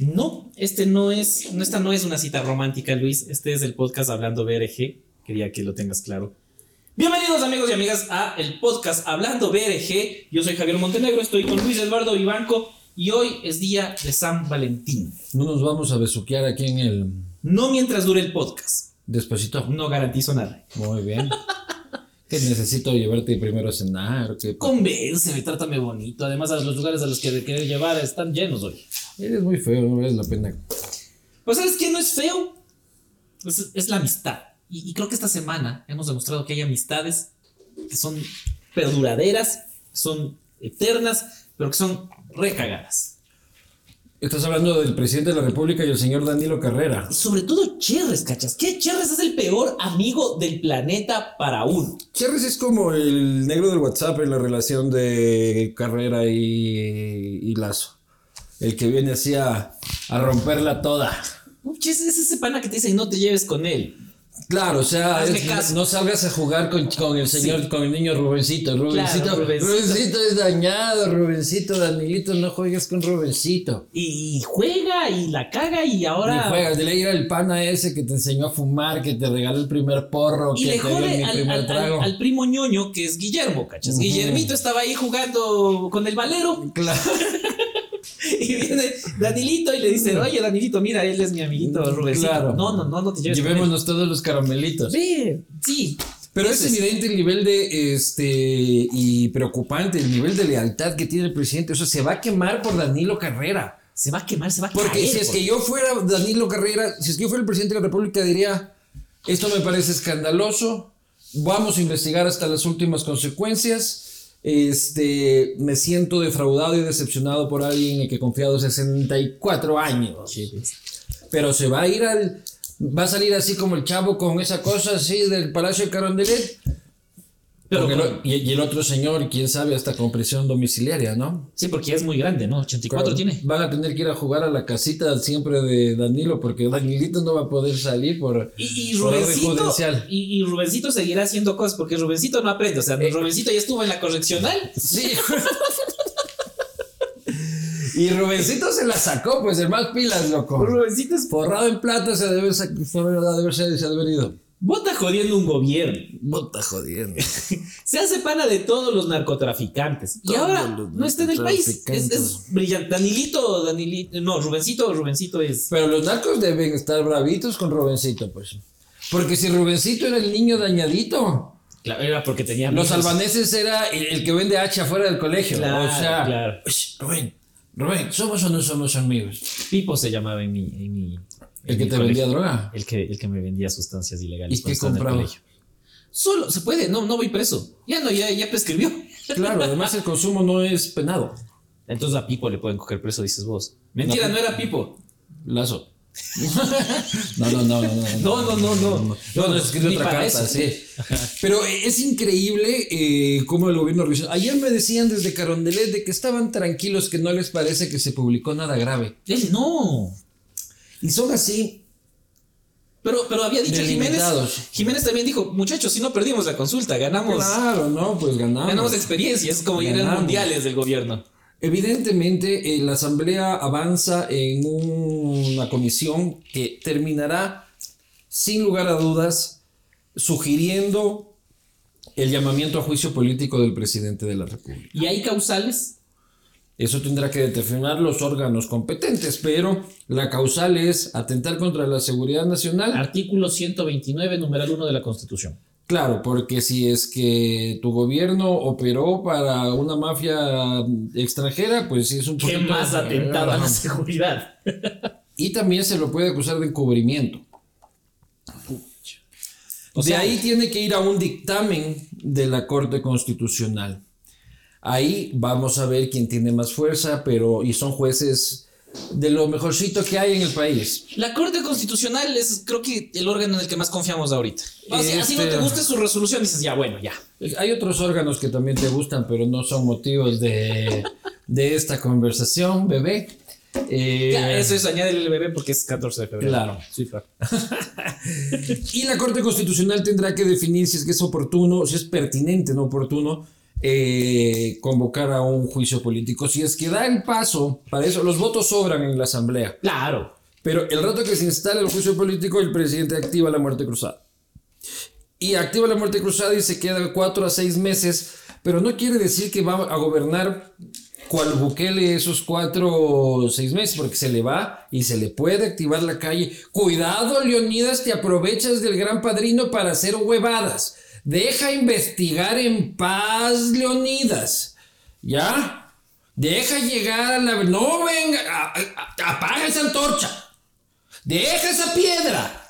No, este no es, no, esta no es una cita romántica, Luis. Este es el podcast Hablando BRG. Quería que lo tengas claro. Bienvenidos amigos y amigas a el podcast Hablando BRG. Yo soy Javier Montenegro, estoy con Luis Eduardo Vivanco y hoy es día de San Valentín. No nos vamos a besuquear aquí en el No mientras dure el podcast. despacito. No garantizo nada. Muy bien. que necesito llevarte primero a cenar. Que pues, Convénceme, trátame bonito. Además, a los lugares a los que te quiero llevar están llenos hoy. eres muy feo, no vales la pena. Pues sabes que no es feo. Es, es la amistad. Y, y creo que esta semana hemos demostrado que hay amistades que son perduraderas, que son eternas, pero que son recagadas. Estás hablando del presidente de la República y el señor Danilo Carrera. Y sobre todo Cherres, cachas. Que Cherres es el peor amigo del planeta para uno. Cherres es como el negro del WhatsApp en la relación de Carrera y, y Lazo. El que viene así a, a romperla toda. Ches es ese pana que te dice no te lleves con él. Claro, o sea, Hazle es- caso. no salgas a jugar con, con el señor, con el niño Rubencito. Rubencito, Rubencito. Rubencito. es dañado, Rubencito, Danilito, no juegues con Rubencito. Y, y juega y la caga y ahora... Ni juegas, dile ir al pana ese que te enseñó a fumar, que te regaló el primer porro, Y que le te dio jode mi al, primer al- trago. al- al primo ñoño que es Guillermo, ¿cachas? Ujú. Guillermito estaba ahí jugando con el valero Claro. y viene Danilito y le dice, oye Danilito, mira, él es mi amiguito Rubensito. Mm, Claro. No, no, no, no te lleves. con él". Llevémonos todos los caramelitos. Ve, sí. Pero Ese es evidente el nivel de este y preocupante, el nivel de lealtad que tiene el presidente. O sea, se va a quemar por Danilo Carrera. Se va a quemar, se va a Porque caer, si es por- que yo fuera Danilo Carrera, si es que yo fuera el presidente de la República, diría, esto me parece escandaloso, vamos a investigar hasta las últimas consecuencias, este, me siento defraudado y decepcionado por alguien en el que he confiado 64 años. Pero se va a ir al, va a salir así como el chavo con esa cosa así del Palacio de Carondelet. Pero Porque con- lo- y, y el otro señor, quién sabe, hasta con prisión domiciliaria, ¿no? Sí, porque ya es muy grande, ¿no? 84 Claro, tiene. Van a tener que ir a jugar a la casita siempre de Danilo, porque Danilito no va a poder salir por. Y, y por orden Rubencito, judicial. y, y Rubencito seguirá haciendo cosas porque Rubencito no aprende. O sea, Eh. Rubencito ya estuvo en la correccional. Sí. y Rubencito se la sacó, pues, el más pilas, loco. Rubencito es. Forrado en plata se debe sac- se debe haberse- se debe haber ido. Bota jodiendo un gobierno. Bota jodiendo. Se hace pana de todos los narcotraficantes. Y Todos ahora los no está en el país. Es, narcotraficantes. es brillante. Danilito, Danilito. No, Rubencito, Rubencito es. Pero los narcos deben estar bravitos con Rubencito, pues. Porque si Rubencito era el niño dañadito, Claro, era porque tenía. Los amigos. albaneses era el, el que vende hacha fuera del colegio. Claro, o sea, claro. "Ush, Rubén, Rubén, ¿somos o no somos amigos? Pipo se llamaba en mi. en mi- El en que mi te colegio. vendía droga. El que, el que me vendía sustancias ilegales. ¿Y cuando qué estaba en el compraba? colegio. Solo, se puede, no, no voy preso. Ya no, ya, ya prescribió. Claro, además el consumo no es penado. Entonces a Pipo le pueden coger preso, dices vos. Mentira, No. no era Pipo. Lazo. No, no, no, no. No, no, no, no. No, no, escribí Ni otra para carta, eso. sí. Pero eh, es increíble eh, cómo el gobierno revisó. Ayer me decían desde Carondelet de que estaban tranquilos, que no les parece que se publicó nada grave. Él no. Y son así. Pero, pero había dicho Jiménez. Delimitados. Jiménez también dijo, muchachos, si no perdimos la consulta, ganamos. Claro, no, pues ganamos. Ganamos experiencias como ya eran Ganamos. mundiales del gobierno. Evidentemente, eh, la Asamblea avanza en un- una comisión que terminará, sin lugar a dudas, sugiriendo el llamamiento a juicio político del presidente de la República. Y hay causales. Eso tendrá que determinar los órganos competentes, pero la causal es atentar contra la seguridad nacional. Artículo 129, numeral 1 de la Constitución. Claro, porque si es que tu gobierno operó para una mafia extranjera, pues sí es un ¿Qué poquito- más atentado a la seguridad? Y también se lo puede acusar de encubrimiento. O sea- de ahí tiene que ir a un dictamen de la Corte Constitucional. Ahí vamos a ver quién tiene más fuerza, pero y son jueces de lo mejorcito que hay en el país. La Corte Constitucional es, creo que, el órgano en el que más confiamos ahorita. O sea, Así no Este- te guste su resolución, dices, ya, bueno, ya. Hay otros órganos que también te gustan, pero no son motivos de, de esta conversación, bebé. Eh, Ya, Eso es, añádele el bebé porque es 14 de febrero. Claro. Sí, claro. Y la Corte Constitucional tendrá que definir si es que es oportuno, si es pertinente, no oportuno, eh, convocar a un juicio político. Si es que da el paso para eso, los votos sobran en la asamblea. Claro. Pero el rato que se instala el juicio político, el presidente activa la muerte cruzada. Y activa la muerte cruzada y se queda cuatro a seis meses, pero no quiere decir que va a gobernar cual Bukele esos cuatro o seis meses, porque se le va y se le puede activar la calle. Cuidado, Leonidas, te aprovechas del gran padrino para hacer huevadas. Deja investigar en paz, Leonidas. ¿Ya? Deja llegar a la... No venga, a- a- apaga esa antorcha. Deja esa piedra.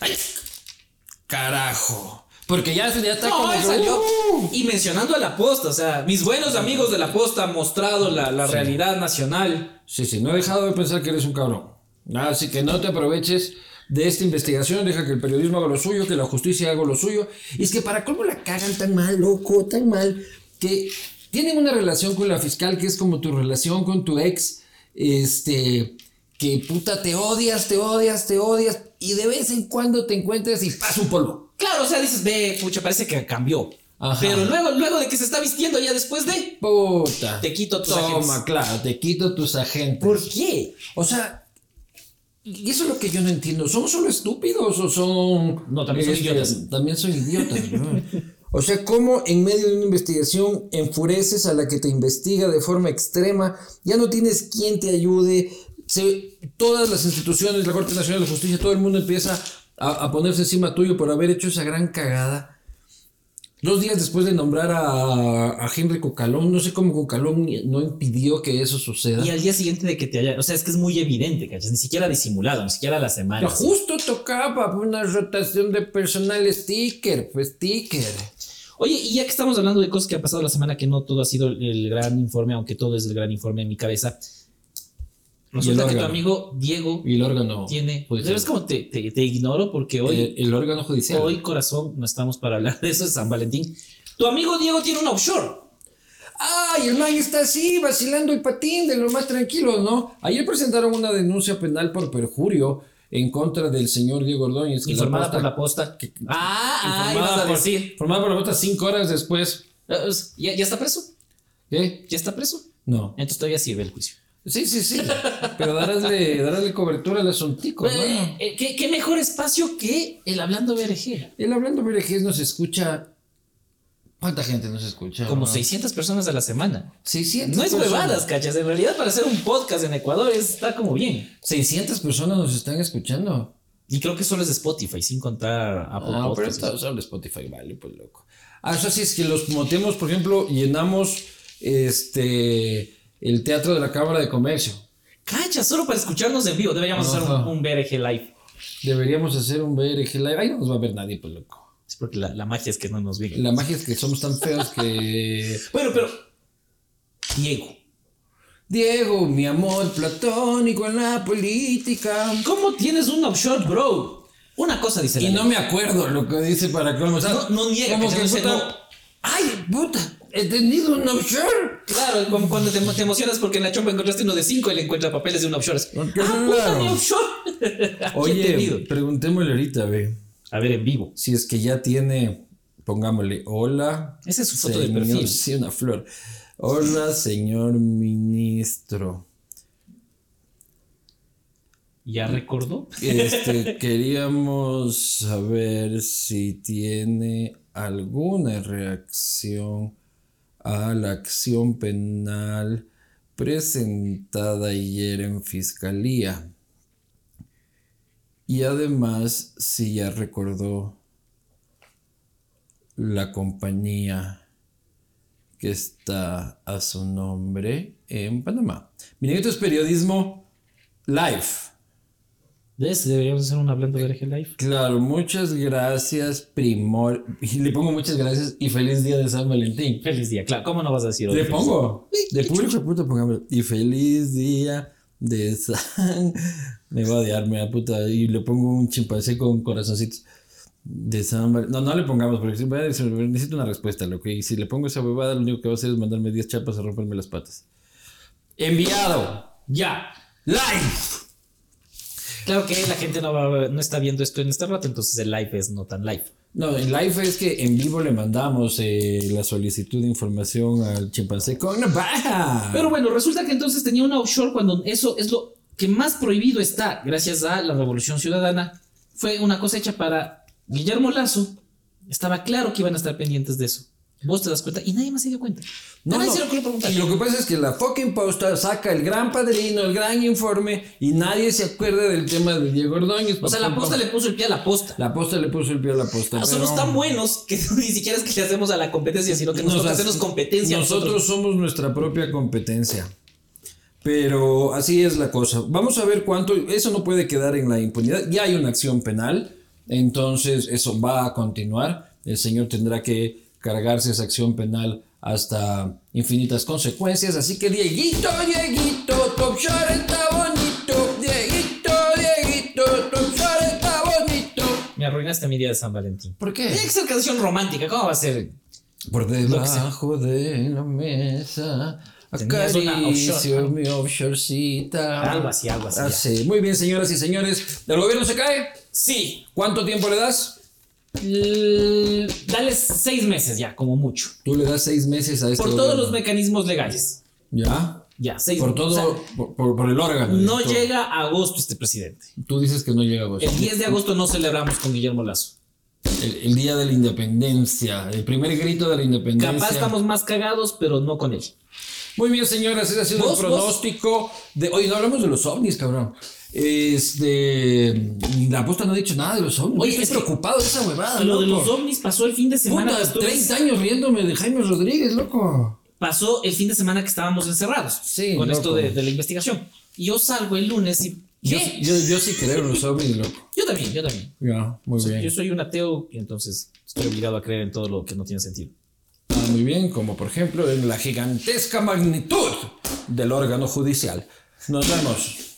Ay, carajo. Porque ya, ya está No, como él que, salió. ¡uh! Y mencionando a la posta, o sea, mis buenos amigos de la posta han mostrado la, la realidad nacional. Sí, sí, no he dejado de pensar que eres un cabrón. Así que no te aproveches de esta investigación, deja que el periodismo haga lo suyo, que la justicia haga lo suyo. Y es que para cómo la cagan tan mal, loco, tan mal, que tienen una relación con la fiscal que es como tu relación con tu ex, este, que puta te odias, te odias, te odias, y de vez en cuando te encuentras y pasa un polvo. Claro, o sea, dices, ve, pucha, parece que cambió. Ajá. Pero luego, luego de que se está vistiendo ya después de. Puta. Te quito tus Toma, agentes. claro, te quito tus agentes. ¿Por qué? O sea, y eso es lo que yo no entiendo. ¿Son solo estúpidos o son.? este, No, también son idiotas. También son idiotas, ¿no? O sea, ¿cómo en medio de una investigación enfureces a la que te investiga de forma extrema? Ya no tienes quien te ayude. Se- todas las instituciones, la Corte Nacional de Justicia, todo el mundo empieza a, a ponerse encima tuyo por haber hecho esa gran cagada. Dos días después de nombrar a, a Henry Cucalón, no sé cómo Cucalón no impidió que eso suceda. Y al día siguiente de que te haya. O sea, es que es muy evidente, ¿cachas? Ni siquiera disimulado, ni siquiera la semana. Pero justo tocaba una rotación de personal sticker, pues, sticker. Oye, y ya que estamos hablando de cosas que ha pasado la semana, que no todo ha sido el, el gran informe, aunque todo es el gran informe en mi cabeza. Resulta que tu órgano. amigo Diego Y el órgano. tiene. judicial. Eh, ¿Sabes cómo te, te- te ignoro? Porque hoy. el, el órgano judicial. Hoy, corazón, no estamos para hablar de eso, es San Valentín. Tu amigo Diego tiene un offshore. Ay, el man está así, vacilando el patín de lo más tranquilo, ¿no? Ayer presentaron una denuncia penal por perjurio en contra del señor Diego Ordóñez. que Informada posta- por la posta. que- Ah, ah, informada ibas a por- decir. Informada por la posta cinco horas después. Eh, es- ¿Ya, ya está preso? ¿Qué? ¿Ya está preso? No. Entonces todavía sirve el juicio. Sí, sí, sí. Pero darásle, darásle cobertura al asuntico, ¿no? Eh, eh, ¿qué, qué mejor espacio que el Hablando BRG? El Hablando BRG nos escucha. ¿Cuánta gente nos escucha? Como no? 600 personas a la semana. 600. No es personas. huevadas, cachas. En realidad, para hacer un podcast en Ecuador está como bien. 600 personas nos están escuchando. Y creo que solo es de Spotify, sin contar Apple Ah, pero Podcasts. está solo Spotify, vale, pues loco. Ah, eso sí es que los motemos, por ejemplo, llenamos este el teatro de la Cámara de Comercio. Cachas, solo para escucharnos en vivo. Deberíamos hacer un, Ajá. un BRG Live. Deberíamos hacer un BRG Live. Ahí no nos va a ver nadie, pues loco. Es porque la, la magia es que no nos ven. La magia es que somos tan feos que. Bueno, pero. Diego, Diego, mi amor platónico en la política. ¿cómo tienes un offshore, bro? Una cosa dice la Y no ley. me acuerdo lo que dice para colmo. o sea, No- no niega, Como que que no dice puta, no. Ay, puta, he tenido un offshore. Claro, como cuando te, emo- te emocionas porque en la chompa encontraste uno de cinco y le encuentra papeles de un offshore. Es, Claro. ¡Ah, puta, mi offshore! Aquí entendido. Oye, preguntémosle ahorita, ve. A ver, en vivo. Si es que ya tiene, pongámosle, hola. Esa es su foto de señor- perfil. Sí, una flor. Hola, señor ministro. ¿Ya recordó? Este, queríamos saber si tiene alguna reacción a la acción penal presentada ayer en fiscalía. Y además, si ya recordó la compañía que está a su nombre en Panamá. Miren, esto es periodismo live. ¿Ves? Deberíamos hacer un hablando de RG Live. Claro, muchas gracias, primor. Y le pongo muchas gracias y feliz día de San Valentín. Feliz día, claro. ¿Cómo no vas a decir hoy? Le feliz? pongo. De público a puta pongámosle. Y feliz día de San. Me va a odiar, me da puta. Y le pongo un chimpancé con corazoncitos. De San Val- No, no le pongamos, porque si voy a decir- necesito una respuesta, lo que y si le pongo esa huevada, lo único que va a hacer es mandarme 10 chapas a romperme las patas. Enviado. Ya. Live. Claro que la gente no, va- no está viendo esto en este rato, entonces el live es no tan live. No, en live es que en vivo le mandamos eh, la solicitud de información al chimpancé con navaja. Pero bueno, resulta que entonces tenía una offshore cuando eso es lo que más prohibido está, gracias a la Revolución Ciudadana. Fue una cosecha para Guillermo Lazo. Estaba claro que iban a estar pendientes de eso. Vos te das cuenta y nadie más se dio cuenta. No, nadie no. se le ocurrió preguntar. Y lo que pasa es que la fucking posta saca el gran padrino, el gran informe y nadie se acuerda del tema de Diego Ordóñez. O sea, la posta le puso el pie a la posta. La posta le puso el pie a la posta. Ah, pero somos tan buenos que ni siquiera es que le hacemos a la competencia, sino que nos, nos toca hace- hacernos competencia. a Nosotros, somos nuestra propia competencia. Pero así es la cosa. Vamos a ver cuánto. Eso no puede quedar en la impunidad. Ya hay una acción penal. Entonces eso va a continuar. El señor tendrá que cargarse esa acción penal hasta infinitas consecuencias. Así que Dieguito, Dieguito, Top Shot está bonito. Dieguito, Dieguito, Top Shot está bonito. Me arruinaste mi día de San Valentín. ¿Por qué? Tiene que ser canción romántica, ¿cómo va a ser? Por que sea. debajo de la mesa. Tenías una Acaricio offshore. mi offshorecita. Algo así, algo así. Ah, sí. Muy bien, señoras y señores. ¿El gobierno se cae? Sí, ¿Cuánto tiempo le das? l- dale seis meses ya, como mucho. Tú le das seis meses a este Por todos los gobierno. mecanismos legales. ¿Ya? Ya, seis Por meses. todo, O sea, por, por- por el órgano. no Tú- llega a agosto este presidente. Tú dices que no llega vos. El 10 de agosto no celebramos con Guillermo Lazo. El, el día de la independencia. El primer grito de la independencia. Capaz estamos más cagados, pero no con él. Muy bien, señoras, ese ha sido el Vos, vos. pronóstico de. Oye, no hablamos de los ovnis, cabrón. Este. La aposta no ha dicho nada de los ovnis. Oye, Oye, estoy es que- preocupado de esa huevada. Lo de Ah, loco. los ovnis pasó el fin de semana. que Puta, estuve- 30 años riéndome de Jaime Rodríguez, loco. pasó el fin de semana que estábamos encerrados Sí, con esto loco. de, de la investigación. Y yo salgo el lunes y. Yo, ¿Qué? yo, yo sí creo en los ovnis, loco. Yo también, yo también. Ya, muy O sea, yo bien. soy un ateo y entonces estoy obligado a creer en todo lo que no tiene sentido. Ah, muy bien, como por ejemplo en la gigantesca magnitud del órgano judicial. Nos vemos.